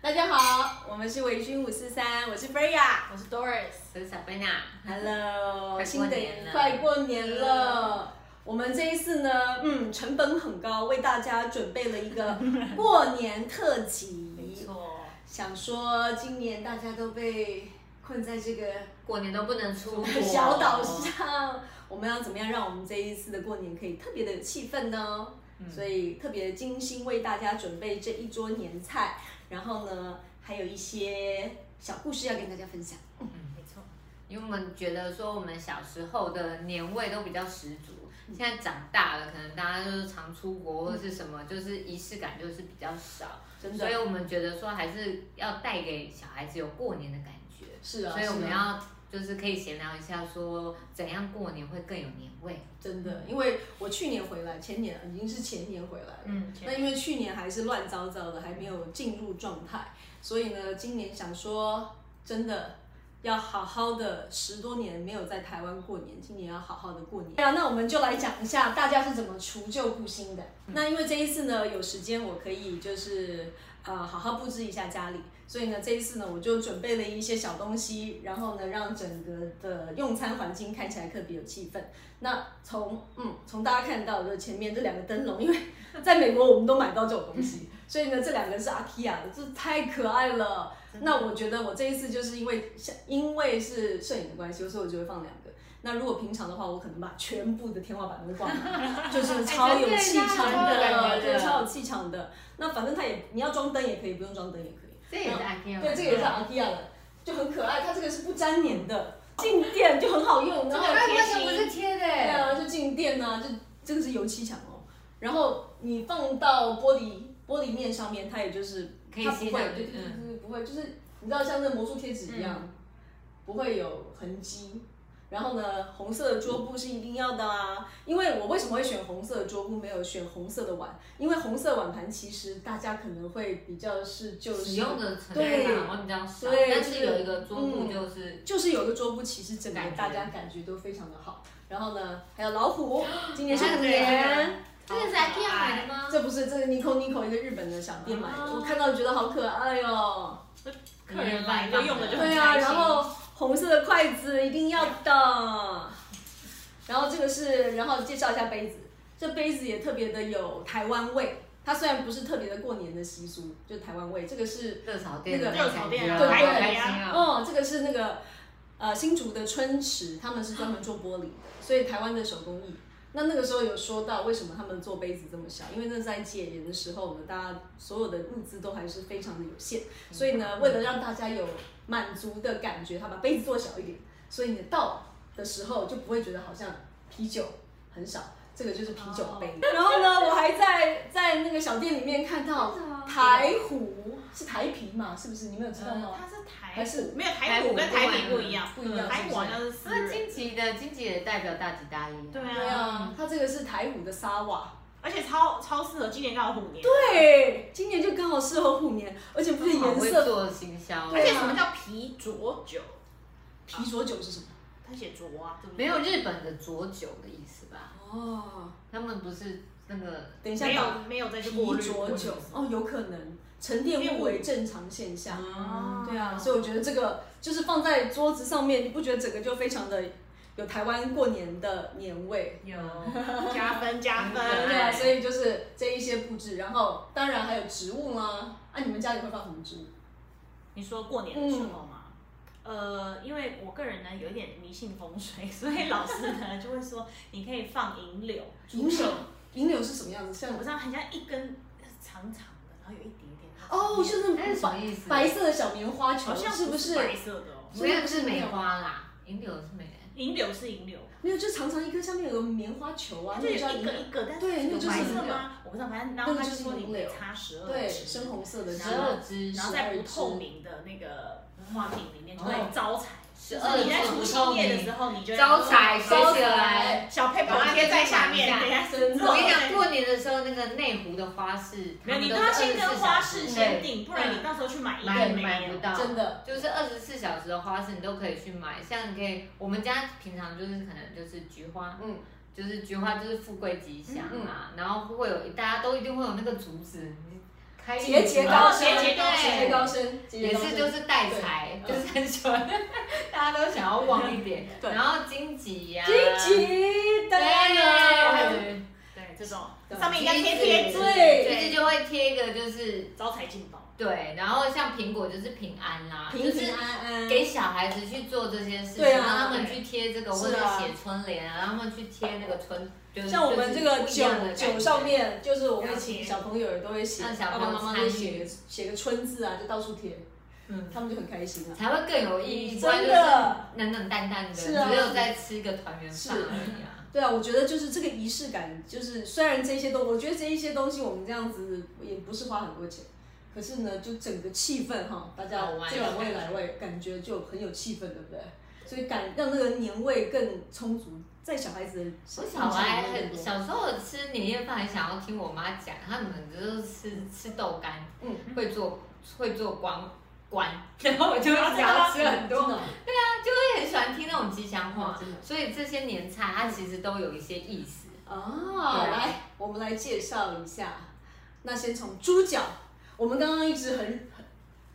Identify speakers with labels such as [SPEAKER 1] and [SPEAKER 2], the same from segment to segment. [SPEAKER 1] 大家好，我们是微醺五四三，我是 Freya，
[SPEAKER 2] 我是 Doris，
[SPEAKER 3] 我是小贝娜。
[SPEAKER 1] Hello，
[SPEAKER 3] 快
[SPEAKER 1] 新的
[SPEAKER 3] 过年了
[SPEAKER 1] 快过年了。我们这一次呢，嗯，成本很高，为大家准备了一 个过年特辑。
[SPEAKER 2] 错，
[SPEAKER 1] 想说今年大家都被困在这个
[SPEAKER 3] 过年都不能出国，
[SPEAKER 1] 小岛上，我们要怎么样让我们这一次的过年可以特别的有气氛呢？
[SPEAKER 3] 嗯
[SPEAKER 1] 所以特别精心为大家准备这一桌年菜，然后呢，还有一些小故事要跟大家分享。
[SPEAKER 3] 没错，因为我们觉得说我们小时候的年味都比较十足，现在长大了，可能大家就是常出国或者是什么，就是仪式感就是比较少，
[SPEAKER 1] 嗯真
[SPEAKER 3] 所以
[SPEAKER 1] 的
[SPEAKER 3] 我们觉得说还是要带给小孩子有过年的感觉，
[SPEAKER 1] 是啊，
[SPEAKER 3] 所以我们
[SPEAKER 1] 是啊
[SPEAKER 3] 要就是可以闲聊一下，说怎样过年会更有年味。
[SPEAKER 1] 真的，因为我去年回来，前年已经是前年回来了。
[SPEAKER 2] 嗯，
[SPEAKER 1] 那因为去年还是乱糟糟的，还没有进入状态，所以呢，今年想说，真的要好好的，十多年没有在台湾过年，今年要好好的过年。对啊，那我们就来讲一下大家是怎么除旧布新的。那因为这一次呢，有时间我可以就是呃好好布置一下家里，所以呢，这一次呢，我就准备了一些小东西，然后呢，让整个的用餐环境看起来特别有气氛。那从嗯从大家看到的前面这两个灯笼，因为 在美国我们都买不到这种东 西，所以呢，这两个是 IKEA 的，这太可爱了。那我觉得我这一次就是因为像因为是摄影的关系，所以我就会放两个。那如果平常的话，我可能把全部的天花板都会挂 满，就是超有气场的，对，超有气场的。那反正它也你要装灯也可以，不用装灯也可以。
[SPEAKER 3] 这也是 IKEA，
[SPEAKER 1] 对，这个也是 IKEA 的，就很可爱。它这个是不粘黏的，静电就很好用，然后
[SPEAKER 3] 哎
[SPEAKER 1] 贴
[SPEAKER 3] 那个
[SPEAKER 1] 心
[SPEAKER 3] 不是贴的
[SPEAKER 1] 对
[SPEAKER 3] 欸，
[SPEAKER 1] 啊，就静电呐、啊，就这个是油漆墙哦。然后你放到玻璃玻璃面上面，它也就是
[SPEAKER 3] 可以
[SPEAKER 1] 它不
[SPEAKER 3] 吸嗯
[SPEAKER 1] 会，
[SPEAKER 3] 的
[SPEAKER 1] 对对对对，不会，就是你知道像那魔术贴纸一样，
[SPEAKER 3] 嗯
[SPEAKER 1] 不会有痕迹。然后呢，红色的桌布是一定要的啊，因为我为什么会选红色的桌布，没有选红色的碗？因为红色碗盘其实大家可能会比较是就是
[SPEAKER 3] 使用的层面
[SPEAKER 1] 对
[SPEAKER 3] 上好像比较少，
[SPEAKER 1] 对
[SPEAKER 3] 但是
[SPEAKER 1] 就是
[SPEAKER 3] 有一个桌布
[SPEAKER 1] 嗯
[SPEAKER 3] 就是
[SPEAKER 1] 就是有个桌布，其实整个
[SPEAKER 3] 感觉
[SPEAKER 1] 大家感觉都非常的好。然后呢，还有老虎，今年是虎
[SPEAKER 3] 哦对啊
[SPEAKER 1] 年，
[SPEAKER 3] 这个是 IKEA 买的吗？
[SPEAKER 1] 这不是这是 Nico Nico 一个日本的小店买
[SPEAKER 2] 啊
[SPEAKER 1] 的，我看到觉得好可爱哦。
[SPEAKER 2] 客人来就用的就很开心。
[SPEAKER 1] 对啊，然后红色的筷子一定要的。然后这个是，然后介绍一下杯子，这杯子也特别的有台湾味。它虽然不是特别的过年的习俗，就台湾味，这个是
[SPEAKER 3] 热炒店，
[SPEAKER 1] 那个
[SPEAKER 2] 热炒店啊
[SPEAKER 3] 对
[SPEAKER 1] 对对
[SPEAKER 3] 开心啊！
[SPEAKER 1] 哦，这个是那个呃新竹的春池，他们是专门做玻璃的，所以台湾的手工艺。那那个时候有说到为什么他们做杯子这么小，因为那在戒严的时候呢，大家所有的物资都还是非常的有限，所以呢，为了让大家有满足的感觉，他把杯子做小一点，所以你倒的时候就不会觉得好像啤酒很少。这个就是啤酒杯。然后呢，我还在在那个小店里面看到台虎是台啤嘛，是不是？你们有知道吗？
[SPEAKER 2] 它是台
[SPEAKER 1] 还是
[SPEAKER 2] 没有台虎跟台北不一样，
[SPEAKER 1] 不一样
[SPEAKER 2] 台虎好像是私
[SPEAKER 3] 那
[SPEAKER 2] 人，
[SPEAKER 3] 金吉的金吉也代表大吉大利啊，
[SPEAKER 2] 对
[SPEAKER 1] 对啊
[SPEAKER 2] 啊，，
[SPEAKER 1] 它这个是台虎的沙瓦，
[SPEAKER 2] 而且超超适合今年刚好虎年。
[SPEAKER 1] 对，啊今年就刚好适合虎年，而且不是
[SPEAKER 3] 好
[SPEAKER 1] 颜
[SPEAKER 3] 会
[SPEAKER 1] 色。
[SPEAKER 3] 做行销，啊
[SPEAKER 2] 而且什么叫皮浊酒？
[SPEAKER 1] 啤酒酒是什么？
[SPEAKER 2] 它写浊啊，对不对？
[SPEAKER 3] 没有日本的浊酒的意思吧？
[SPEAKER 1] 哦，
[SPEAKER 3] 他们不是那个
[SPEAKER 1] 等一下
[SPEAKER 2] 没有
[SPEAKER 1] 吧，
[SPEAKER 2] 没有在这
[SPEAKER 1] 啤
[SPEAKER 2] 过滤
[SPEAKER 1] 酒酒哦，有可能沉淀物为正常现象。
[SPEAKER 3] 嗯
[SPEAKER 1] 对啊，所以我觉得这个就是放在桌子上面，你不觉得整个就非常的有台湾过年的年味？
[SPEAKER 3] 有
[SPEAKER 2] 加分加分，
[SPEAKER 3] 对
[SPEAKER 1] 对啊，所
[SPEAKER 2] 以
[SPEAKER 1] 以就是这一些布置，然后当然还有植物啦。啊，你们家里会放什么植物？
[SPEAKER 2] 你说过年的时候吗？呃，因为我个人呢有一点迷信风水， 所以老师呢就会说，你可以放银柳，
[SPEAKER 1] 银柳，银柳是什么样子？像
[SPEAKER 2] 我知道很像一根长长的，然后有一点点
[SPEAKER 1] 哦，就是
[SPEAKER 3] 那是什么
[SPEAKER 1] 白
[SPEAKER 3] 意思？
[SPEAKER 1] 白色的小棉花球，
[SPEAKER 2] 好像
[SPEAKER 1] 是
[SPEAKER 2] 不
[SPEAKER 1] 不是？
[SPEAKER 2] 白色的哦，
[SPEAKER 3] 没有是梅花啦，银柳是梅，
[SPEAKER 2] 银柳是银柳，
[SPEAKER 1] 没有，就常常一颗下面有个棉花球啊，
[SPEAKER 2] 它
[SPEAKER 1] 那
[SPEAKER 2] 就有
[SPEAKER 1] 个叫
[SPEAKER 2] 一
[SPEAKER 1] 银
[SPEAKER 2] 个
[SPEAKER 1] 柳
[SPEAKER 2] 一个，但
[SPEAKER 1] 对那
[SPEAKER 2] 有
[SPEAKER 1] 就是
[SPEAKER 2] 白
[SPEAKER 3] 银
[SPEAKER 2] 色
[SPEAKER 3] 柳
[SPEAKER 2] 吗？我不知道，反正然后
[SPEAKER 1] 那个
[SPEAKER 2] 他就
[SPEAKER 1] 就是
[SPEAKER 2] 说你
[SPEAKER 1] 银
[SPEAKER 2] 可以
[SPEAKER 1] 柳
[SPEAKER 2] 擦十二
[SPEAKER 1] 对，
[SPEAKER 2] 支
[SPEAKER 1] 深红色的
[SPEAKER 3] 十
[SPEAKER 1] 是
[SPEAKER 3] 二支，
[SPEAKER 2] 然后在不透明的那个花瓶里面就会招财。
[SPEAKER 3] 十
[SPEAKER 2] 就是你在除夕夜的时
[SPEAKER 3] 候
[SPEAKER 2] 候，你就会
[SPEAKER 3] 招财，学
[SPEAKER 1] 招
[SPEAKER 3] 起来
[SPEAKER 1] 财。
[SPEAKER 2] 小配宝贴在下面，等一下
[SPEAKER 1] 真的
[SPEAKER 3] 我跟你讲，过年的时候那个内湖的花市，
[SPEAKER 2] 没有，你
[SPEAKER 3] 他
[SPEAKER 2] 都
[SPEAKER 3] 们
[SPEAKER 2] 要
[SPEAKER 3] 是
[SPEAKER 2] 先跟
[SPEAKER 3] 24
[SPEAKER 2] 花
[SPEAKER 3] 小时
[SPEAKER 2] 市
[SPEAKER 3] 内
[SPEAKER 2] 签订，不然你到时候去买一个
[SPEAKER 3] 买
[SPEAKER 2] 没
[SPEAKER 3] 买不
[SPEAKER 2] 有。
[SPEAKER 3] 到，
[SPEAKER 1] 真的
[SPEAKER 3] 就是二十四小时的花市你都可以去买，像你可以，我们家平常就是可能就是菊花，
[SPEAKER 1] 嗯，
[SPEAKER 3] 就是菊花就是富贵吉祥啊，然后会有大家都一定会有那个竹子，你开
[SPEAKER 1] 节节
[SPEAKER 3] 运
[SPEAKER 1] 高
[SPEAKER 3] 动
[SPEAKER 1] 升，
[SPEAKER 2] 节节高
[SPEAKER 1] 节
[SPEAKER 2] 升
[SPEAKER 1] 节高升，节节
[SPEAKER 3] 也
[SPEAKER 1] 高
[SPEAKER 3] 是
[SPEAKER 1] 升
[SPEAKER 3] 就是带财，
[SPEAKER 1] 对嗯
[SPEAKER 3] 就是很喜欢，大家都想要旺一点。
[SPEAKER 1] 对
[SPEAKER 3] 然后荆棘呀，
[SPEAKER 1] 惊奇，当然了，
[SPEAKER 3] 对，
[SPEAKER 2] 对，这种
[SPEAKER 1] 对
[SPEAKER 2] 上面应该贴贴纸，
[SPEAKER 1] 对
[SPEAKER 3] 橘子就会贴一个就是
[SPEAKER 2] 招财进宝。
[SPEAKER 3] 对，然后像苹果就是平安啦，
[SPEAKER 1] 平平安
[SPEAKER 3] 就
[SPEAKER 1] 安，
[SPEAKER 3] 是给小孩子去做这些事情，
[SPEAKER 1] 对啊
[SPEAKER 3] 让他们去贴这个，
[SPEAKER 1] 是
[SPEAKER 3] 或者
[SPEAKER 1] 啊
[SPEAKER 3] 写春联啊，让他们去贴那个春，就是
[SPEAKER 1] 像我们这个酒酒上，面，就是我会
[SPEAKER 2] 了
[SPEAKER 1] 请
[SPEAKER 2] 解
[SPEAKER 1] 小朋友也都会写，
[SPEAKER 3] 让小
[SPEAKER 1] 爸爸
[SPEAKER 3] 朋友
[SPEAKER 1] 妈妈都
[SPEAKER 3] 参
[SPEAKER 1] 写
[SPEAKER 3] 与
[SPEAKER 1] 写个春字啊，就到处贴，
[SPEAKER 3] 嗯
[SPEAKER 1] 他们就很开心啊。
[SPEAKER 3] 才会更有意义。不然
[SPEAKER 1] 真
[SPEAKER 3] 就
[SPEAKER 1] 的
[SPEAKER 3] 是冷冷淡淡的，
[SPEAKER 1] 是啊
[SPEAKER 3] 只有在吃个团圆饭
[SPEAKER 1] 是
[SPEAKER 3] 而已啊。
[SPEAKER 1] 对啊，我觉得就是这个仪式感，就是虽然这些东，我觉得这一些东西我们这样子也不是花很多钱，可是呢，就整个气氛哈，大家
[SPEAKER 3] 好玩
[SPEAKER 1] 这两位来位，感觉就很有气氛，对不对？所以感让那个年味更充足，在小孩子的
[SPEAKER 3] 我
[SPEAKER 1] 身
[SPEAKER 3] 小
[SPEAKER 1] 上
[SPEAKER 3] 孩
[SPEAKER 1] 面更
[SPEAKER 3] 很
[SPEAKER 1] 多
[SPEAKER 3] 小时候吃年夜饭，很想要听我妈讲，他们就是吃吃豆干，
[SPEAKER 1] 嗯
[SPEAKER 3] 会做会做光关，然后我就会想要吃很 多，
[SPEAKER 1] 真的
[SPEAKER 3] 我也很喜欢听那种吉祥话
[SPEAKER 1] 真的，
[SPEAKER 3] 所以这些年菜
[SPEAKER 1] 嗯
[SPEAKER 3] 它其实都有一些意思。
[SPEAKER 1] 啊，
[SPEAKER 3] 对啊
[SPEAKER 1] 来，我们来介绍一下。那先从猪脚，我们刚刚一直很很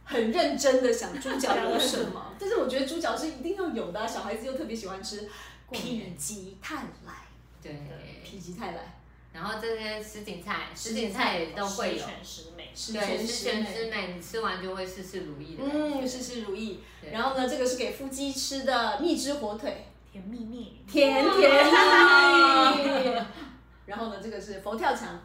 [SPEAKER 1] 很认真的想猪脚有什么，但是我觉得猪脚是一定要有的啊、小孩子又特别喜欢吃
[SPEAKER 3] 过年
[SPEAKER 1] 否极泰来，
[SPEAKER 3] 对，
[SPEAKER 1] 否极泰来，
[SPEAKER 3] 然后这些什锦菜，什锦菜也都会
[SPEAKER 2] 十。
[SPEAKER 3] 有
[SPEAKER 2] 全十美。
[SPEAKER 1] 十
[SPEAKER 3] 对，
[SPEAKER 1] 全
[SPEAKER 3] 十
[SPEAKER 1] 十
[SPEAKER 3] 全
[SPEAKER 1] 美
[SPEAKER 3] 十。美，你吃完就会事事如意的感觉。
[SPEAKER 1] 嗯，事事如意。
[SPEAKER 3] 对
[SPEAKER 1] 然后呢，这个是给夫妻吃的蜜汁火腿，
[SPEAKER 2] 甜蜜蜜，
[SPEAKER 1] 甜甜蜜。然后呢，这个是佛跳墙，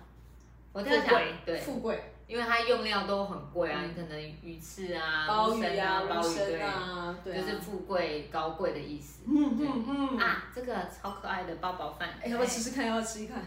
[SPEAKER 3] 我在
[SPEAKER 2] 富
[SPEAKER 3] 想
[SPEAKER 2] 贵，
[SPEAKER 3] 对，
[SPEAKER 1] 富贵
[SPEAKER 3] 因为它用料都很贵啊，
[SPEAKER 1] 嗯
[SPEAKER 3] 你可能鱼翅啊、
[SPEAKER 1] 鲍
[SPEAKER 3] 鱼
[SPEAKER 1] 鱼
[SPEAKER 3] 生
[SPEAKER 1] 啊、
[SPEAKER 3] 鲍
[SPEAKER 1] 人
[SPEAKER 3] 鱼
[SPEAKER 1] 参
[SPEAKER 3] 对，
[SPEAKER 1] 啊，对啊，
[SPEAKER 3] 就是富贵高贵的意思。
[SPEAKER 1] 嗯嗯嗯。
[SPEAKER 3] 啊，这个超可爱的包包饭，
[SPEAKER 1] 哎，要不要试试看？要不要吃一看？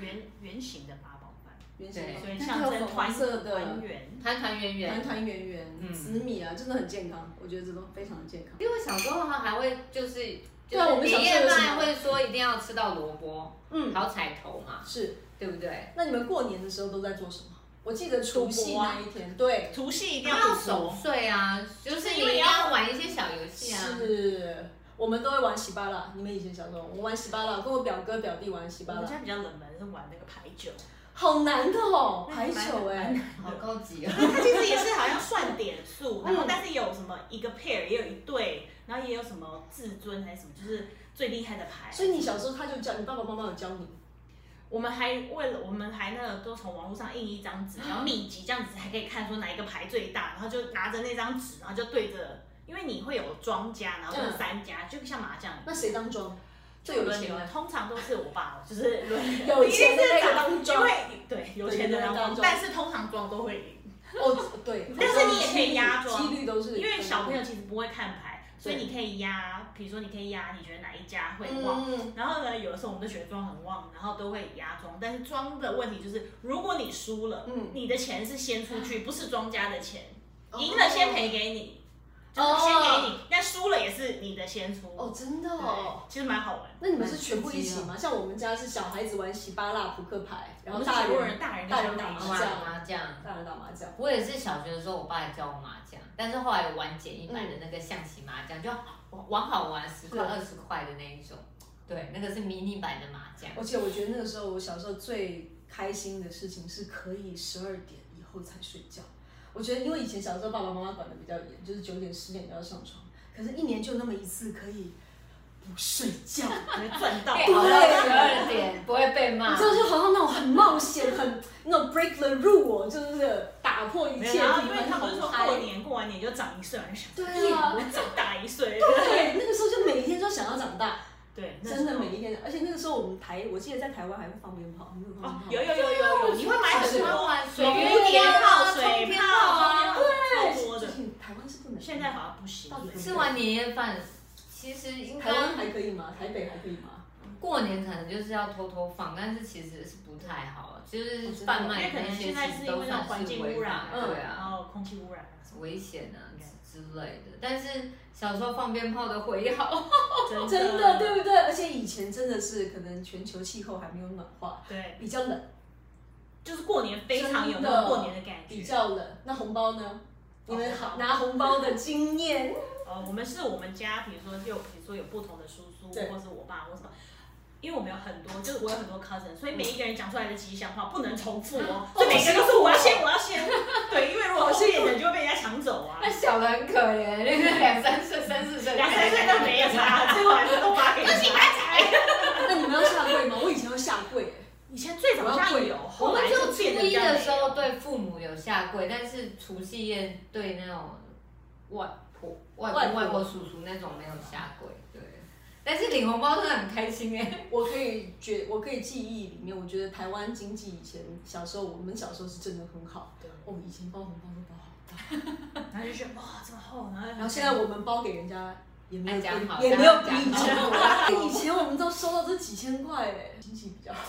[SPEAKER 2] 圆圆形的八宝饭，
[SPEAKER 1] 圆形
[SPEAKER 3] 对
[SPEAKER 1] 的，
[SPEAKER 2] 所以
[SPEAKER 1] 它
[SPEAKER 2] 象
[SPEAKER 1] 有
[SPEAKER 2] 征
[SPEAKER 1] 粉红
[SPEAKER 2] 团
[SPEAKER 1] 色的
[SPEAKER 2] 团，圆。
[SPEAKER 3] 哎团团圆
[SPEAKER 1] 团
[SPEAKER 3] 圆。
[SPEAKER 1] 团圆圆，
[SPEAKER 3] 嗯
[SPEAKER 1] 紫米啊，真的很健康，我觉得这都非常的健康。
[SPEAKER 3] 因为小时候还会就是，
[SPEAKER 1] 对啊我们小时候
[SPEAKER 3] 年夜
[SPEAKER 1] 有什
[SPEAKER 3] 饭
[SPEAKER 1] 么
[SPEAKER 3] 会说一定要吃到萝卜，
[SPEAKER 1] 嗯，
[SPEAKER 3] 好彩头嘛，
[SPEAKER 1] 是。
[SPEAKER 3] 对不对？
[SPEAKER 1] 那你们过年的时候都在做什么？我记得除夕
[SPEAKER 2] 赌博啊
[SPEAKER 1] 那一天，对，
[SPEAKER 2] 除夕一定
[SPEAKER 3] 然
[SPEAKER 2] 要
[SPEAKER 3] 后要
[SPEAKER 2] 煮熟
[SPEAKER 3] 守，岁啊，就是你一定要玩一些小游戏啊。
[SPEAKER 1] 是。我们都会玩喜巴拉，你们以前小时候，我玩喜巴拉，跟我表哥表弟玩喜
[SPEAKER 2] 我
[SPEAKER 1] 巴
[SPEAKER 2] 们
[SPEAKER 1] 拉，
[SPEAKER 2] 家比较冷门，是玩那个牌九，
[SPEAKER 1] 好难的哦，排
[SPEAKER 2] 蛮
[SPEAKER 1] 球哎、
[SPEAKER 2] 蛮难
[SPEAKER 3] 好
[SPEAKER 2] 的
[SPEAKER 3] 高 级啊！
[SPEAKER 2] 它其实也是好像算点数，然后
[SPEAKER 1] 嗯
[SPEAKER 2] 但是有什么一个 pair，也有一对，然后也有什么至尊还是什么，就是最厉害的牌。
[SPEAKER 1] 所以你小时候他就教你爸爸妈妈有教你，
[SPEAKER 2] 我们还为了我们还那个都从网络上印一张纸，然后秘籍这样子才可以看说哪一个牌最大，然后就拿着那张纸，然后就对着，因为你会有庄家，然后跟
[SPEAKER 1] 嗯
[SPEAKER 2] 三家，就像麻将。
[SPEAKER 1] 那谁当庄？最有
[SPEAKER 2] 轮
[SPEAKER 1] 钱
[SPEAKER 2] 流
[SPEAKER 1] 的，
[SPEAKER 2] 通常都是我爸，就是轮流
[SPEAKER 1] 有钱的
[SPEAKER 2] 一定
[SPEAKER 1] 那个
[SPEAKER 2] 是长
[SPEAKER 1] 当庄
[SPEAKER 2] 因。为对有钱的人
[SPEAKER 1] 当庄
[SPEAKER 2] 当，但是通常庄都会赢。
[SPEAKER 1] 哦，对，
[SPEAKER 2] 但是你也可以压
[SPEAKER 1] 几
[SPEAKER 2] 庄
[SPEAKER 1] 率都是
[SPEAKER 2] 因为
[SPEAKER 1] 嗯
[SPEAKER 2] 小朋友其实不会看牌，所以你可以压，比如说你可以压，你觉得哪一家会旺。
[SPEAKER 1] 嗯，
[SPEAKER 2] 然后呢，有的时候我们就觉得庄很旺，然后都会压庄，但是庄的问题就是，如果你输了，
[SPEAKER 1] 嗯
[SPEAKER 2] 你的钱是先出去，不是庄家的钱，
[SPEAKER 1] 哦
[SPEAKER 2] 赢了先赔给你，就是先给你，但输了也是你的先出。
[SPEAKER 1] 哦，真的
[SPEAKER 2] 对
[SPEAKER 1] 哦。
[SPEAKER 2] 其实蛮好玩。
[SPEAKER 1] 那你们是全部一起吗？像我们家是小孩子玩喜巴辣扑克牌，然后大
[SPEAKER 2] 我们是全部
[SPEAKER 1] 人
[SPEAKER 2] 人大人
[SPEAKER 1] 大
[SPEAKER 2] 跟
[SPEAKER 1] 人
[SPEAKER 2] 小
[SPEAKER 1] 打
[SPEAKER 2] 孩
[SPEAKER 1] 麻
[SPEAKER 2] 一起
[SPEAKER 3] 玩
[SPEAKER 1] 将，
[SPEAKER 3] 麻将。
[SPEAKER 1] 大人打麻将。
[SPEAKER 3] 我也是小学的时候，我爸也教我麻将，但是后来玩简易
[SPEAKER 2] 嗯
[SPEAKER 3] 版的那个象棋麻将，就玩玩好玩，十块
[SPEAKER 1] 对
[SPEAKER 3] 二十块的那一种。对，那个是迷你版的麻将。
[SPEAKER 2] 哦
[SPEAKER 1] 而且我觉得那个时候我小时候最开心的事情是可以十二点以后才睡觉。我觉得因为以前小时候爸爸妈妈管的比较严，就是九点十点就要上床，可是一年就那么一次可以不睡 觉。
[SPEAKER 2] 能赚到。
[SPEAKER 3] 对，
[SPEAKER 1] 对
[SPEAKER 3] 熬到十二点不会被骂
[SPEAKER 1] 你知。道，就好像那种很冒险、很那种 break the rule，就是打破一
[SPEAKER 2] 没
[SPEAKER 1] 切。
[SPEAKER 2] 有，然后因为他不是说
[SPEAKER 1] 很嗨
[SPEAKER 2] 过年过完年就长一岁，我就想
[SPEAKER 1] 对啊
[SPEAKER 2] 耶我 长大一岁。
[SPEAKER 1] 对，那个时候就每一天都想要长大，
[SPEAKER 2] 对，那
[SPEAKER 1] 真
[SPEAKER 2] 时
[SPEAKER 1] 的
[SPEAKER 2] 候
[SPEAKER 1] 每一天。而且那个时候我们台，我记得在台湾还会放鞭炮，你有放
[SPEAKER 2] 哦
[SPEAKER 1] 鞭，炮
[SPEAKER 2] 有
[SPEAKER 3] 啊
[SPEAKER 2] 有有有有，你会买很多
[SPEAKER 3] 水
[SPEAKER 2] 龙
[SPEAKER 3] 鱼
[SPEAKER 2] 年炮、
[SPEAKER 3] 啊冲
[SPEAKER 2] 水
[SPEAKER 3] 天
[SPEAKER 2] 炮
[SPEAKER 3] 炮啊
[SPEAKER 2] 啊，超多
[SPEAKER 1] 吗？
[SPEAKER 2] 的。
[SPEAKER 1] 对，台湾是不能。
[SPEAKER 2] 现在好像不行
[SPEAKER 1] 到底
[SPEAKER 2] 了，
[SPEAKER 3] 吃完年夜饭，其实应
[SPEAKER 1] 台湾
[SPEAKER 3] 该
[SPEAKER 1] 还可以吗？台北还可以吗？
[SPEAKER 3] 过年可能就是要偷偷放，但是其实是不太好，就是
[SPEAKER 1] 哦真的
[SPEAKER 3] 贩
[SPEAKER 2] 因
[SPEAKER 3] 卖
[SPEAKER 2] 为可
[SPEAKER 3] 那
[SPEAKER 2] 能
[SPEAKER 3] 些
[SPEAKER 2] 现
[SPEAKER 3] 其
[SPEAKER 2] 在
[SPEAKER 3] 实
[SPEAKER 2] 是
[SPEAKER 3] 都
[SPEAKER 2] 因为那
[SPEAKER 3] 算
[SPEAKER 2] 种环
[SPEAKER 3] 是
[SPEAKER 2] 境
[SPEAKER 3] 违
[SPEAKER 2] 污染
[SPEAKER 3] 法
[SPEAKER 2] 啊，，
[SPEAKER 3] 对
[SPEAKER 2] 然
[SPEAKER 3] 啊，
[SPEAKER 2] 后空气污染啊什么
[SPEAKER 3] 危险啊之之类的。但是小时候放鞭炮的回忆好哦
[SPEAKER 2] 的，
[SPEAKER 1] 真的，
[SPEAKER 2] 的
[SPEAKER 1] 对不对？而且以前真的是可能全球气候还没有暖化，
[SPEAKER 2] 对，
[SPEAKER 1] 比较冷，
[SPEAKER 2] 就是过年非常有
[SPEAKER 1] 真
[SPEAKER 2] 那
[SPEAKER 1] 的
[SPEAKER 2] 种过年的感
[SPEAKER 1] 比
[SPEAKER 2] 觉。
[SPEAKER 1] 较冷。那红包呢？你们好
[SPEAKER 2] 哦
[SPEAKER 1] 拿红包的经验，
[SPEAKER 2] 呃，我们是我们家，比如说就比如说有不同的叔叔，
[SPEAKER 1] 对
[SPEAKER 2] 或是我爸或什么，因为我们有很多，就是我有很多 cousin，所以每一个人讲出来的吉祥话不能重复
[SPEAKER 3] 嗯
[SPEAKER 2] 哦，所以每个人都是我要先，我要先。对，因为如果是演人就会被人家抢走啊
[SPEAKER 3] 那。小的很可怜，那个两三岁、三四岁，
[SPEAKER 2] 两三岁都没有 差，最后还是都发给你。
[SPEAKER 1] 那你们要下跪吗？我以前要下跪、欸，
[SPEAKER 2] 以前最早像有，
[SPEAKER 3] 我
[SPEAKER 2] 后
[SPEAKER 3] 们
[SPEAKER 2] 来
[SPEAKER 3] 就
[SPEAKER 2] 就
[SPEAKER 3] 初
[SPEAKER 2] 变得
[SPEAKER 3] 一
[SPEAKER 2] 比较
[SPEAKER 3] 的
[SPEAKER 2] 没
[SPEAKER 3] 时候
[SPEAKER 2] 有。
[SPEAKER 3] 对父母有下跪，但是除夕夜对那种外婆、外
[SPEAKER 1] 外
[SPEAKER 3] 公、
[SPEAKER 1] 婆
[SPEAKER 3] 外婆、叔叔那种没有下跪。对，但是领红包真的很开心哎、
[SPEAKER 1] 我可以觉，我可以记忆里面，我觉得台湾经济以前小时候，我们小时候是真的很好。
[SPEAKER 2] 对
[SPEAKER 1] 哦，以前包红包都包好大，
[SPEAKER 2] 然后就觉得哇，这么厚，然后
[SPEAKER 1] 然后现在我们包给人家也没有
[SPEAKER 3] 大家好
[SPEAKER 1] 也没有
[SPEAKER 3] 大
[SPEAKER 1] 比以
[SPEAKER 3] 家好
[SPEAKER 1] 前 好。以前我们都收到这几千块哎、经济比较好。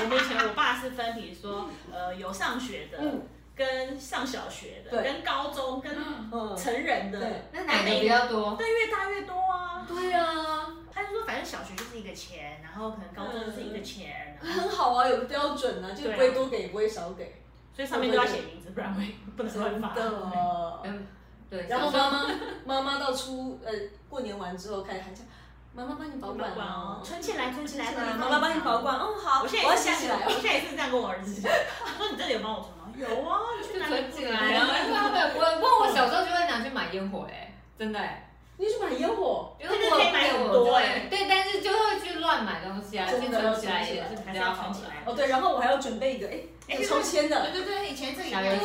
[SPEAKER 2] 我们以前我爸是分比说，呃，有上学的，
[SPEAKER 1] 嗯
[SPEAKER 2] 跟上小学的，
[SPEAKER 1] 对
[SPEAKER 2] 跟高中，跟
[SPEAKER 1] 嗯，
[SPEAKER 2] 成人的，
[SPEAKER 1] 对
[SPEAKER 3] 那哪个比较多？
[SPEAKER 2] 但越大越多啊。
[SPEAKER 3] 对啊，
[SPEAKER 2] 他就说，反正小学就是一个钱，然后可能高中就是一个钱，然后
[SPEAKER 1] 很好啊，有个标准啊，就
[SPEAKER 2] 对啊
[SPEAKER 1] 不会多给，也不会少给。
[SPEAKER 2] 所以上面都要写名字，不然会不能乱发。
[SPEAKER 1] 的。
[SPEAKER 3] 嗯，对。
[SPEAKER 1] 然后
[SPEAKER 3] 小时候
[SPEAKER 1] 妈妈妈妈到初呃过年完之后开始喊叫，妈妈帮你保
[SPEAKER 2] 保
[SPEAKER 1] 管
[SPEAKER 2] 管哦，
[SPEAKER 1] 哦，
[SPEAKER 2] 存起来，存起来，
[SPEAKER 1] 妈妈帮你保。管哦，好，
[SPEAKER 2] 我现在
[SPEAKER 1] 要
[SPEAKER 2] 也是这
[SPEAKER 1] 写
[SPEAKER 2] 样
[SPEAKER 1] 起来
[SPEAKER 2] 我。现在也是这样跟我儿子讲， 我说你真的有帮我存吗？有啊，你去
[SPEAKER 3] 就
[SPEAKER 2] 哪里
[SPEAKER 3] 存起来，啊然后
[SPEAKER 2] 存
[SPEAKER 3] 他们我问我小时候就会拿去买烟火哎、真的哎、
[SPEAKER 1] 你去买烟火，
[SPEAKER 3] 就是我
[SPEAKER 2] 可以买很多欸
[SPEAKER 3] 对，但是就会去乱买东西啊，
[SPEAKER 1] 真
[SPEAKER 3] 去
[SPEAKER 1] 的
[SPEAKER 3] 存起来也
[SPEAKER 1] 存
[SPEAKER 3] 是
[SPEAKER 2] 起来
[SPEAKER 3] 比较好
[SPEAKER 2] 还是要存起来
[SPEAKER 1] 哦对，然后我还要准备一个，哎，有抽签的，
[SPEAKER 4] 对对对，以前这里
[SPEAKER 3] 小
[SPEAKER 2] 哎
[SPEAKER 3] 游戏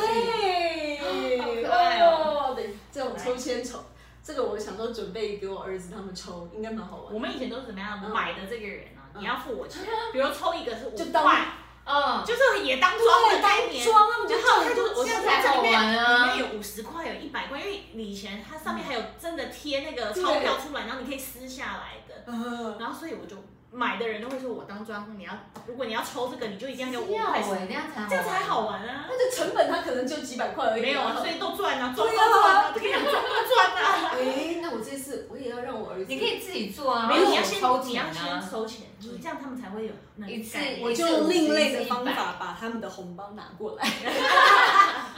[SPEAKER 3] 好
[SPEAKER 1] 对，
[SPEAKER 3] 可爱
[SPEAKER 1] 哦，对，这种抽签抽，这个我想说准备给我儿子他们抽，应该蛮好玩
[SPEAKER 2] 我。们以前都是怎么样？
[SPEAKER 1] 嗯
[SPEAKER 2] 买的这个人啊，
[SPEAKER 1] 嗯
[SPEAKER 2] 你要付我钱，比如抽一个是五
[SPEAKER 1] 就当
[SPEAKER 2] 块，
[SPEAKER 3] 嗯，
[SPEAKER 2] 就是也当装的概念。
[SPEAKER 1] 装，他们就
[SPEAKER 2] 然后他就是我
[SPEAKER 3] 这样
[SPEAKER 2] 现
[SPEAKER 3] 才
[SPEAKER 2] 在
[SPEAKER 3] 好
[SPEAKER 2] 这里面
[SPEAKER 3] 玩啊
[SPEAKER 2] 里面有五十块，有一百块，因为你以前它上面还有真的贴那个钞票出来，然后你可以撕下来的。
[SPEAKER 1] 嗯，
[SPEAKER 2] 然后所以我就买的人都会说，我当专户，你要如果你要抽这个，你就一定要给我五
[SPEAKER 3] 要
[SPEAKER 2] 块，
[SPEAKER 3] 哎，那样才好玩
[SPEAKER 2] 这样才好玩啊。
[SPEAKER 1] 那这成本他可能就几百块而已。
[SPEAKER 2] 没有啊，所
[SPEAKER 1] 以
[SPEAKER 2] 以都赚啊，赚都赚啊，这个想赚都赚啊。
[SPEAKER 1] 哎，那我这次我也要让我儿子，
[SPEAKER 3] 你可以自己做啊，
[SPEAKER 2] 没有，你要
[SPEAKER 3] 然后
[SPEAKER 2] 先
[SPEAKER 3] 抽
[SPEAKER 2] 你要
[SPEAKER 3] 钱
[SPEAKER 2] 先
[SPEAKER 3] 啊，
[SPEAKER 2] 收钱，你这样他们才会有那个
[SPEAKER 3] 一次
[SPEAKER 2] 概念
[SPEAKER 1] 我就另类的方法把他们的红包拿过来。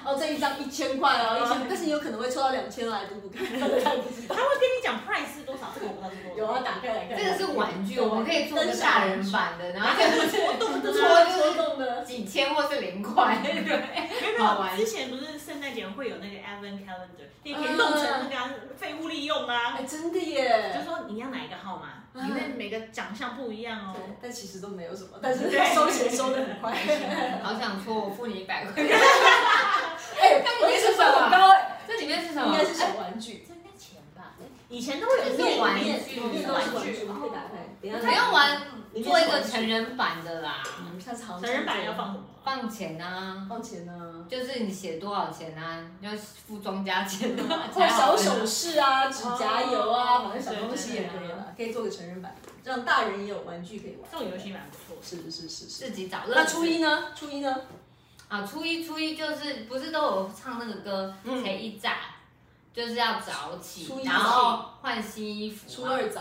[SPEAKER 1] 哦，这一张一千块哦，一千，但是你有可能会抽到两千来，赌赌看，不知道
[SPEAKER 2] 他。会跟你讲 price 是多少，这个我不知道 是多少。
[SPEAKER 1] 有啊，打开来看。
[SPEAKER 3] 这个是 玩具，我们可以做个大人版的，然后
[SPEAKER 2] 活动的
[SPEAKER 1] 戳
[SPEAKER 2] 啊，
[SPEAKER 1] 戳动的，
[SPEAKER 3] 几千或是零块，对，
[SPEAKER 2] 没有
[SPEAKER 3] 好
[SPEAKER 2] 没
[SPEAKER 3] 玩
[SPEAKER 2] 有，之前不是圣诞节会有那个 advent calendar，你也可以弄成那个啊废物利用啊，
[SPEAKER 1] 哎，真的
[SPEAKER 2] 就
[SPEAKER 1] 耶。
[SPEAKER 2] 说你要哪一个号码，
[SPEAKER 1] 嗯
[SPEAKER 2] 因为每个奖项不一样哦
[SPEAKER 1] 对。，但其实都没有什么，但是
[SPEAKER 2] 对
[SPEAKER 1] 收钱收的很快。 哎，
[SPEAKER 3] 好想说，我付你一百块，
[SPEAKER 1] 我的成本很高哎，
[SPEAKER 3] 这里面是什
[SPEAKER 1] 应
[SPEAKER 3] 么
[SPEAKER 1] 该？是小玩具，
[SPEAKER 2] 这应该钱吧？以前都会有
[SPEAKER 3] 是玩具
[SPEAKER 1] 里面都是玩具，我可以打开。等一下
[SPEAKER 3] 还要玩做一个成人版的啦，
[SPEAKER 1] 你们下次好像
[SPEAKER 2] 成人版要放什么？
[SPEAKER 3] 放钱啊。
[SPEAKER 1] 放钱呢，
[SPEAKER 3] 就是你写多少钱啊？要付庄家钱啊，
[SPEAKER 1] 或者
[SPEAKER 3] 才好
[SPEAKER 1] 小
[SPEAKER 3] 玩啊
[SPEAKER 1] 首饰啊、指甲油啊，
[SPEAKER 2] 哦
[SPEAKER 1] 反正小东西也可以了，可以做个成人版，让大人也有玩具可以玩。
[SPEAKER 2] 这种游戏蛮不错的。
[SPEAKER 1] 是是是是。
[SPEAKER 3] 自己找乐子。
[SPEAKER 1] 那初一呢？初一呢？
[SPEAKER 3] 啊，初一初一就是不是都有唱那个歌
[SPEAKER 1] 嗯
[SPEAKER 3] 《才一炸》，就是要早起
[SPEAKER 1] 初，一
[SPEAKER 3] 然后换新衣服
[SPEAKER 1] 初
[SPEAKER 3] 嘛，
[SPEAKER 1] 二早，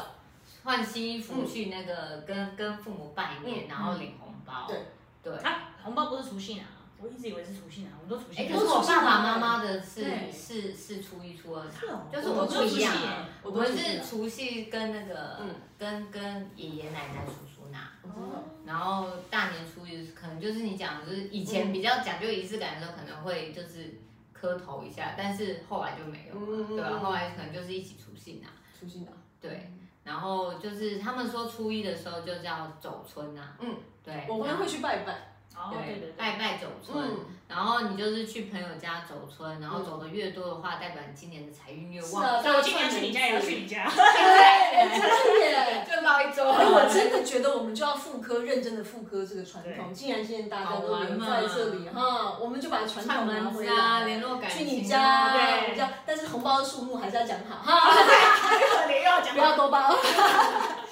[SPEAKER 3] 换新衣服去那个跟跟父母拜年，然后领红包。
[SPEAKER 1] 嗯对
[SPEAKER 3] 对，
[SPEAKER 2] 啊，红包不是除夕拿，我一直以为是除夕拿，我们都除夕
[SPEAKER 3] 哎，
[SPEAKER 2] 拿。
[SPEAKER 3] 可是我爸爸妈妈的是
[SPEAKER 2] 对
[SPEAKER 3] 是是初一初二
[SPEAKER 2] 是哦
[SPEAKER 3] 拿，就是
[SPEAKER 1] 我
[SPEAKER 3] 我
[SPEAKER 1] 都
[SPEAKER 3] 不一样
[SPEAKER 2] 除夕
[SPEAKER 3] 啊
[SPEAKER 2] 耶，
[SPEAKER 1] 我
[SPEAKER 3] 我
[SPEAKER 1] 都除
[SPEAKER 3] 们
[SPEAKER 1] 夕
[SPEAKER 3] 是
[SPEAKER 1] 拿
[SPEAKER 3] 除夕跟那个
[SPEAKER 1] 嗯
[SPEAKER 3] 跟跟爷爷奶奶叔叔拿。
[SPEAKER 1] 我知道。
[SPEAKER 3] 然后大年初一可能就是你讲，就是以前比较讲究仪式感的时候，可能会就是磕头一下，但是后来就没有了，
[SPEAKER 1] 嗯
[SPEAKER 3] 对吧、后来可能就是一起除夕拿，
[SPEAKER 1] 初心啊，
[SPEAKER 3] 对。然后就是他们说初一的时候就叫走春呐、
[SPEAKER 1] 嗯，
[SPEAKER 3] 对，
[SPEAKER 1] 我
[SPEAKER 3] 然
[SPEAKER 1] 们
[SPEAKER 3] 后
[SPEAKER 1] 会去拜拜。
[SPEAKER 2] 哦，
[SPEAKER 3] 对
[SPEAKER 2] 对对对，
[SPEAKER 3] 拜拜走春、
[SPEAKER 1] 嗯，
[SPEAKER 3] 然后你就是去朋友家走春，然后走的越多的话，代表你今年的财运越
[SPEAKER 1] 是
[SPEAKER 3] 旺，
[SPEAKER 1] 啊，
[SPEAKER 2] 所以我今年去你家也要去你家。
[SPEAKER 1] 对，哎真的耶。
[SPEAKER 3] 就绕一周。
[SPEAKER 1] 哎，我真的觉得我们就要复刻，认真的复刻这个传统。既然现在大家都留在这里哈，我们就把传
[SPEAKER 3] 串
[SPEAKER 1] 统拿
[SPEAKER 3] 门子
[SPEAKER 1] 回
[SPEAKER 3] 啊，
[SPEAKER 1] 来。
[SPEAKER 3] 联络感情、
[SPEAKER 1] 去
[SPEAKER 3] 啊，
[SPEAKER 1] 你家，
[SPEAKER 2] 对
[SPEAKER 1] 我们家，但是红包的数目还是要讲好哈，
[SPEAKER 2] 又要讲
[SPEAKER 1] 不要多包。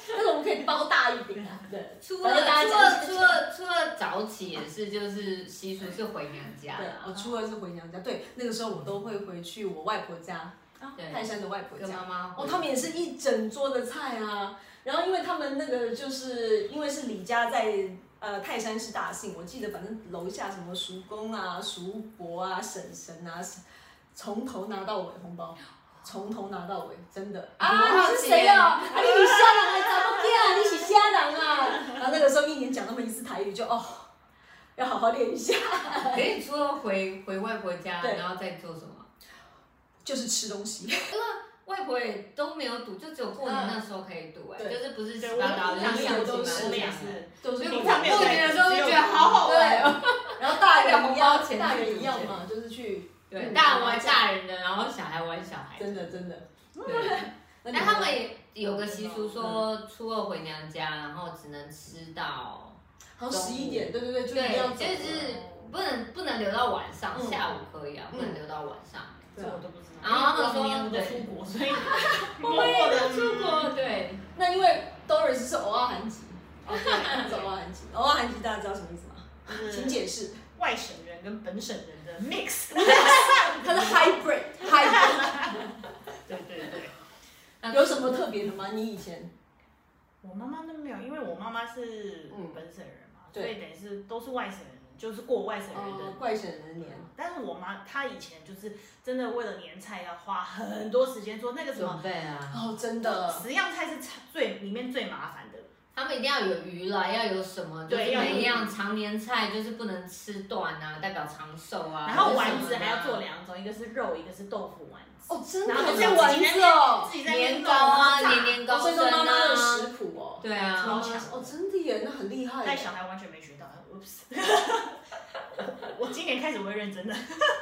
[SPEAKER 1] 但是我们可以包大一点啊，对，
[SPEAKER 3] 初
[SPEAKER 1] 反
[SPEAKER 3] 二
[SPEAKER 1] 正大
[SPEAKER 3] 初
[SPEAKER 1] 家
[SPEAKER 3] 二初二初二早起也是，就是习俗是回娘家
[SPEAKER 1] 对，我
[SPEAKER 3] 啦，
[SPEAKER 1] 初二是回娘家，对，那个时候我都会回去我外婆家，
[SPEAKER 3] 对，
[SPEAKER 1] 泰山的外婆
[SPEAKER 3] 跟
[SPEAKER 1] 家。
[SPEAKER 3] 妈妈
[SPEAKER 1] 哦，他们也是一整桌的菜啊。然后因为他们那个就是因为是李家在呃泰山是大姓，我记得反正楼下什么叔公啊、叔伯啊、婶婶啊，从头拿到尾红包，从头拿到尾，真的
[SPEAKER 3] 我好
[SPEAKER 1] 啊！你是
[SPEAKER 3] 奇
[SPEAKER 1] 谁
[SPEAKER 3] 耶
[SPEAKER 1] 啊？啊，你是虾人啊？怎么变啊？你是虾人啊？ 然后那个时候一年讲那么一次台语就，哦，要好好练一下。
[SPEAKER 3] 可是你除了回回外婆家，
[SPEAKER 1] 对
[SPEAKER 3] 然后再做什么？
[SPEAKER 1] 就是吃东西，
[SPEAKER 3] 外婆也都没有赌，就只有过年那时候可以赌，哎，
[SPEAKER 1] 对
[SPEAKER 3] 就是不 是
[SPEAKER 2] 对，
[SPEAKER 3] 十
[SPEAKER 2] 我
[SPEAKER 3] 八刀，
[SPEAKER 2] 们
[SPEAKER 3] 就
[SPEAKER 2] 平常也
[SPEAKER 3] 是像
[SPEAKER 2] 都
[SPEAKER 1] 都
[SPEAKER 2] 是，
[SPEAKER 1] 是
[SPEAKER 2] 我
[SPEAKER 3] 什
[SPEAKER 2] 们也
[SPEAKER 3] 么？
[SPEAKER 2] 是。
[SPEAKER 1] 都
[SPEAKER 3] 所
[SPEAKER 1] 是
[SPEAKER 3] 以
[SPEAKER 2] 平
[SPEAKER 3] 我
[SPEAKER 2] 常没有
[SPEAKER 3] 过
[SPEAKER 2] 在
[SPEAKER 3] 年的时啊候就觉得好好玩哦。
[SPEAKER 1] 啊 然后大人一
[SPEAKER 3] 大人红包
[SPEAKER 1] 样，
[SPEAKER 3] 钱
[SPEAKER 1] 大人一样嘛，就是去
[SPEAKER 3] 对，
[SPEAKER 1] 嗯
[SPEAKER 3] 大人玩大人的，然后小孩玩小孩的。
[SPEAKER 1] 真的真的。
[SPEAKER 3] 对，
[SPEAKER 1] 那你
[SPEAKER 3] 但
[SPEAKER 1] 呢嗯
[SPEAKER 3] 他们也有个习俗说，初二回娘家，然后只能吃到，
[SPEAKER 1] 好像十一点，对对对，就一定要
[SPEAKER 3] 对，
[SPEAKER 1] 走
[SPEAKER 3] 就
[SPEAKER 1] 了
[SPEAKER 3] 是不能不能留到晚上，
[SPEAKER 1] 嗯
[SPEAKER 3] 下午可以啊，
[SPEAKER 1] 嗯
[SPEAKER 3] 不能留到晚上。
[SPEAKER 2] 这
[SPEAKER 1] 对啊
[SPEAKER 2] 我都不知道。
[SPEAKER 3] 然后他们
[SPEAKER 2] 因为
[SPEAKER 3] 说
[SPEAKER 2] 我们都
[SPEAKER 3] 对
[SPEAKER 2] 出国，所 以
[SPEAKER 3] 我
[SPEAKER 2] 默默的
[SPEAKER 3] 出国，对，
[SPEAKER 1] 那因为 Doris 是偶尔韩籍，
[SPEAKER 2] 哦
[SPEAKER 1] 是
[SPEAKER 2] 对
[SPEAKER 1] 偶尔韩籍，偶尔韩籍大家知道什么意思吗？
[SPEAKER 3] 嗯
[SPEAKER 2] 就是
[SPEAKER 1] 请解释，
[SPEAKER 2] 外省人跟本省人 的 mix。
[SPEAKER 1] 它是 hybrid，hybrid
[SPEAKER 2] 对对对，
[SPEAKER 3] 那
[SPEAKER 1] 有什么特别的吗？你以前
[SPEAKER 2] 我妈妈都没有，因为我妈妈是
[SPEAKER 1] 嗯
[SPEAKER 2] 本省人嘛，
[SPEAKER 1] 对
[SPEAKER 2] 所以等于是都是外省人，就是过外
[SPEAKER 3] 哦
[SPEAKER 2] 省人
[SPEAKER 1] 呃
[SPEAKER 2] 的。
[SPEAKER 1] 怪神的年，
[SPEAKER 2] 但是我妈她以前就是真的为了年菜要花很多时间做那个什么
[SPEAKER 3] 准备啊？
[SPEAKER 1] 哦，真的，
[SPEAKER 2] 十样菜是菜最里面最麻烦的，
[SPEAKER 3] 他们一定要有鱼啦，要有什么，就是
[SPEAKER 2] 对要有
[SPEAKER 3] 每一样常年菜就是不能吃断啊，代表长寿啊。
[SPEAKER 2] 然后
[SPEAKER 3] 或者什么
[SPEAKER 2] 丸子
[SPEAKER 3] 的啊
[SPEAKER 2] 还要做两种，一个是肉，一个是豆腐丸子。
[SPEAKER 1] 哦，真的，
[SPEAKER 2] 然
[SPEAKER 1] 还
[SPEAKER 2] 后就是
[SPEAKER 1] 丸子哦，
[SPEAKER 2] 自己在那边
[SPEAKER 3] 年
[SPEAKER 2] 弄
[SPEAKER 3] 糕啊，
[SPEAKER 2] 然后
[SPEAKER 3] 年年
[SPEAKER 1] 哦
[SPEAKER 3] 高
[SPEAKER 1] 所以
[SPEAKER 3] 升
[SPEAKER 1] 说妈妈的
[SPEAKER 3] 啊。
[SPEAKER 1] 食谱哦，
[SPEAKER 3] 对啊，
[SPEAKER 1] 妈
[SPEAKER 2] 超
[SPEAKER 1] 妈
[SPEAKER 2] 强
[SPEAKER 1] 哦，真的耶，那很厉害
[SPEAKER 2] 炸带
[SPEAKER 1] 耶，
[SPEAKER 2] 小孩完全没学到，oops。我今年开始会认真的，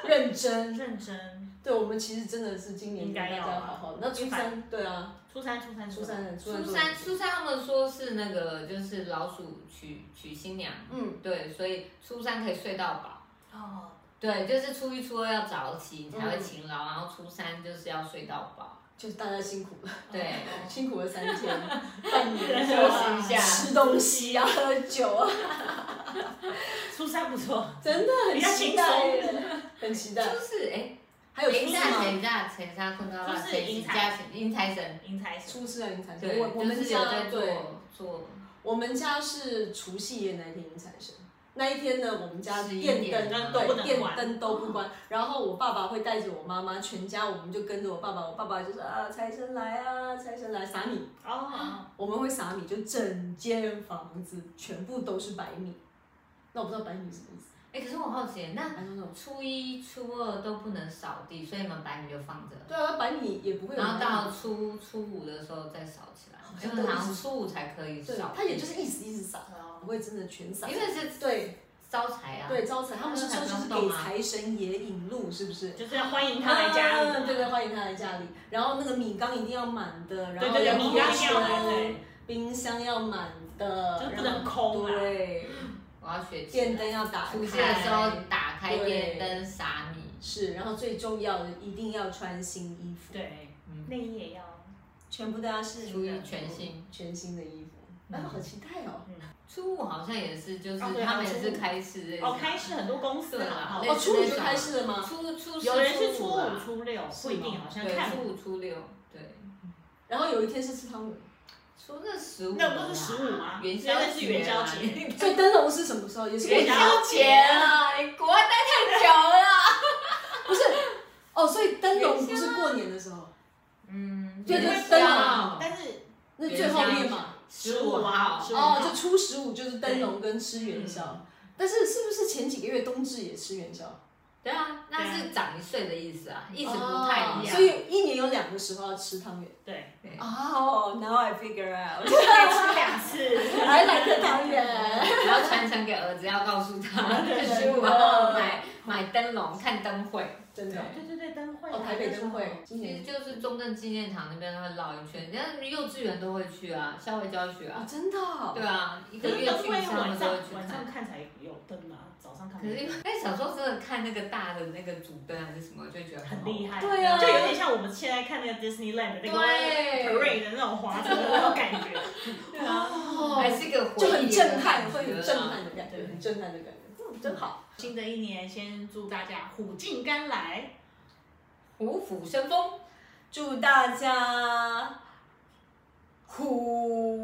[SPEAKER 1] 认真，
[SPEAKER 2] 认真。
[SPEAKER 1] 对我们其实真的是今年
[SPEAKER 2] 应该
[SPEAKER 1] 大
[SPEAKER 2] 要
[SPEAKER 1] 家
[SPEAKER 2] 啊
[SPEAKER 1] 好好，那初
[SPEAKER 2] 一百
[SPEAKER 1] 三，对啊，
[SPEAKER 2] 初三，初三，
[SPEAKER 1] 初三的初三
[SPEAKER 3] 苏
[SPEAKER 1] 做
[SPEAKER 3] 珊，苏珊他们说是那个就是老鼠娶娶新娘，
[SPEAKER 1] 嗯，
[SPEAKER 3] 对，所以初三可以睡到饱。
[SPEAKER 2] 哦，
[SPEAKER 3] 对，就是初一、初二要早起，你
[SPEAKER 2] 嗯
[SPEAKER 3] 才会勤劳，然后初三就是要睡到饱。
[SPEAKER 1] 就是大家辛苦了，
[SPEAKER 3] 对，
[SPEAKER 2] 哦
[SPEAKER 1] 辛苦了三天，半年
[SPEAKER 3] 休息一下
[SPEAKER 1] 吃东西啊，喝酒啊，
[SPEAKER 2] 哦初三不错，
[SPEAKER 1] 真的很
[SPEAKER 2] 比较
[SPEAKER 1] 期
[SPEAKER 2] 轻
[SPEAKER 1] 待
[SPEAKER 2] 松
[SPEAKER 1] 耶，很期
[SPEAKER 3] 就
[SPEAKER 1] 待。
[SPEAKER 3] 是哎，
[SPEAKER 1] 还 有初
[SPEAKER 3] 谁
[SPEAKER 1] 四
[SPEAKER 3] 下
[SPEAKER 1] 吗？
[SPEAKER 3] 谁下谁下坤高
[SPEAKER 2] 就
[SPEAKER 3] 拉
[SPEAKER 2] 是
[SPEAKER 3] 谁
[SPEAKER 2] 迎
[SPEAKER 3] 谁
[SPEAKER 2] 财
[SPEAKER 3] 家迎财神，
[SPEAKER 2] 迎财神。
[SPEAKER 1] 初四要迎财神，
[SPEAKER 3] 对，
[SPEAKER 1] 我我们
[SPEAKER 3] 就是有
[SPEAKER 1] 家
[SPEAKER 3] 在做
[SPEAKER 1] 对，
[SPEAKER 3] 做。
[SPEAKER 1] 我们家是除夕夜那一天迎财神。那一天呢，我们家
[SPEAKER 3] 11
[SPEAKER 1] 电
[SPEAKER 3] 点
[SPEAKER 1] 灯
[SPEAKER 2] 都不
[SPEAKER 1] 对
[SPEAKER 2] 能
[SPEAKER 1] 电
[SPEAKER 2] 关
[SPEAKER 1] 灯都不关，然后我爸爸会带着我妈妈，全家我们就跟着我爸爸，我爸爸就是啊财神来啊财神来撒米，
[SPEAKER 2] 哦，
[SPEAKER 1] 我们会撒米，就整间房子全部都是白米。那我不知道白米是什么意思，
[SPEAKER 3] 哎，可是我好奇，那
[SPEAKER 1] I don't know
[SPEAKER 3] 初一、初二都不能扫地，所以你们白米就放着，
[SPEAKER 1] 对啊，白米也不会有
[SPEAKER 3] 然
[SPEAKER 1] 人
[SPEAKER 3] 后
[SPEAKER 1] 买。
[SPEAKER 3] 到初初五的时候再扫起来
[SPEAKER 1] 好，像
[SPEAKER 3] 因为
[SPEAKER 1] 都
[SPEAKER 3] 好像
[SPEAKER 1] 是
[SPEAKER 3] 初五才可以
[SPEAKER 1] 对
[SPEAKER 3] 扫，。
[SPEAKER 1] 他也就是一直一直撒，不
[SPEAKER 2] 哦
[SPEAKER 1] 会真的全撒。
[SPEAKER 3] 因为是
[SPEAKER 1] 对
[SPEAKER 3] 招财啊。
[SPEAKER 1] 对招财，他们是说就是给财神爷引路，是不是？
[SPEAKER 2] 就是要欢迎他来家里
[SPEAKER 1] 啊
[SPEAKER 2] 嘛。
[SPEAKER 1] 对对，欢迎他来家里。然后那个米缸一定要满的，然
[SPEAKER 2] 对
[SPEAKER 1] 后
[SPEAKER 2] 对对，
[SPEAKER 1] 要
[SPEAKER 2] 米
[SPEAKER 1] 锅
[SPEAKER 2] 缸一定要来，
[SPEAKER 1] 水
[SPEAKER 2] 对
[SPEAKER 1] 冰箱要满的，
[SPEAKER 2] 就是不
[SPEAKER 1] 然后
[SPEAKER 2] 能空啊
[SPEAKER 1] 对，
[SPEAKER 3] 我要学起来
[SPEAKER 1] 电灯要打
[SPEAKER 3] 出现的时候
[SPEAKER 1] 开。
[SPEAKER 3] 打开
[SPEAKER 1] 对
[SPEAKER 3] 电灯撒米，
[SPEAKER 1] 是，然后最重要的一定要穿新衣服，，
[SPEAKER 2] 对
[SPEAKER 3] 嗯，
[SPEAKER 2] 内衣也要。
[SPEAKER 1] 全部都要是
[SPEAKER 3] 初一全新
[SPEAKER 1] 全新的衣服。
[SPEAKER 3] 嗯
[SPEAKER 1] 哎，好期待哦！
[SPEAKER 3] 初五好像也是，就是
[SPEAKER 2] 哦对
[SPEAKER 3] 他们也
[SPEAKER 2] 还有
[SPEAKER 3] 是
[SPEAKER 2] 初五
[SPEAKER 3] 开始类似
[SPEAKER 2] 哦，开市很多公司
[SPEAKER 3] 对
[SPEAKER 2] 好不好
[SPEAKER 3] 啦类
[SPEAKER 1] 哦，
[SPEAKER 3] 似
[SPEAKER 1] 初五就开始了吗？
[SPEAKER 3] 初初四
[SPEAKER 2] 有人是初
[SPEAKER 3] 五
[SPEAKER 2] 五、
[SPEAKER 3] 啦
[SPEAKER 2] 初六，不一定，好像
[SPEAKER 3] 对
[SPEAKER 2] 看
[SPEAKER 3] 初五初六对，
[SPEAKER 1] 然后有一天是吃汤圆，
[SPEAKER 3] 初那十五
[SPEAKER 2] 那不是十五吗
[SPEAKER 3] 啊，元宵
[SPEAKER 2] 那是元宵节
[SPEAKER 3] 节啦，
[SPEAKER 1] 所以灯笼是什么时候？也是过
[SPEAKER 3] 元
[SPEAKER 1] 年
[SPEAKER 2] 宵
[SPEAKER 3] 宵节啊，你国外待太久了，
[SPEAKER 1] 不是哦，所以灯笼不是过年的时候，
[SPEAKER 2] 嗯，
[SPEAKER 1] 对
[SPEAKER 2] 因为
[SPEAKER 1] 就是灯笼
[SPEAKER 2] 啊但是
[SPEAKER 1] 那最后面嘛。
[SPEAKER 3] 十五号
[SPEAKER 2] 15
[SPEAKER 1] 哦
[SPEAKER 2] 号，
[SPEAKER 1] 就初十五就是灯笼跟吃元宵，但是是不是前几个月冬至也吃元宵？
[SPEAKER 3] 对啊，那是长一岁的意思啊，意思不太一样，
[SPEAKER 1] 哦所以一年有两个时候要吃汤圆。
[SPEAKER 2] 对，
[SPEAKER 3] 对
[SPEAKER 1] 哦、n o w I figure out，
[SPEAKER 2] 可以吃两次。
[SPEAKER 1] 还来个汤圆。
[SPEAKER 3] 我要传承给儿子，要告 诉他十五号买买灯笼看灯会。
[SPEAKER 2] 哦
[SPEAKER 1] 真的，
[SPEAKER 2] 对对对，灯会啊
[SPEAKER 1] 哦，台北灯会，今
[SPEAKER 3] 其实
[SPEAKER 1] 年
[SPEAKER 3] 就是中正纪念堂那边会绕一圈，人家幼稚园都会去啊，校外教学
[SPEAKER 1] 啊
[SPEAKER 3] 啊，，
[SPEAKER 1] 真的哦、
[SPEAKER 3] 对啊，一
[SPEAKER 2] 可
[SPEAKER 3] 个
[SPEAKER 2] 是
[SPEAKER 3] 月
[SPEAKER 2] 灯
[SPEAKER 3] 去
[SPEAKER 2] 会
[SPEAKER 3] 一次他
[SPEAKER 2] 晚
[SPEAKER 3] 们都
[SPEAKER 2] 上
[SPEAKER 3] 会去
[SPEAKER 2] 晚上
[SPEAKER 3] 看。
[SPEAKER 2] 看才有灯嘛，早上看
[SPEAKER 3] 可
[SPEAKER 2] 没有
[SPEAKER 3] 是因为哎，小时候真的看那个大的那个主灯还是什么，就觉得
[SPEAKER 2] 很厉
[SPEAKER 3] 害。
[SPEAKER 2] 害，
[SPEAKER 1] 对啊
[SPEAKER 2] 就有点像我们现在看那个 Disneyland 的那个
[SPEAKER 3] 对
[SPEAKER 2] parade 的那种 滑车的那种感觉，
[SPEAKER 3] 对啊，还
[SPEAKER 1] 哦，
[SPEAKER 3] 是一个回
[SPEAKER 1] 就很
[SPEAKER 3] 忆的
[SPEAKER 1] 震撼，
[SPEAKER 3] 感
[SPEAKER 1] 会很
[SPEAKER 3] 觉
[SPEAKER 1] 震
[SPEAKER 3] 啦
[SPEAKER 1] 撼的感觉，
[SPEAKER 2] 对
[SPEAKER 1] 很震撼的感觉，嗯，真好。
[SPEAKER 2] 新的一年，先祝大家虎尽甘来，
[SPEAKER 3] 虎虎生风。
[SPEAKER 1] 祝大家虎。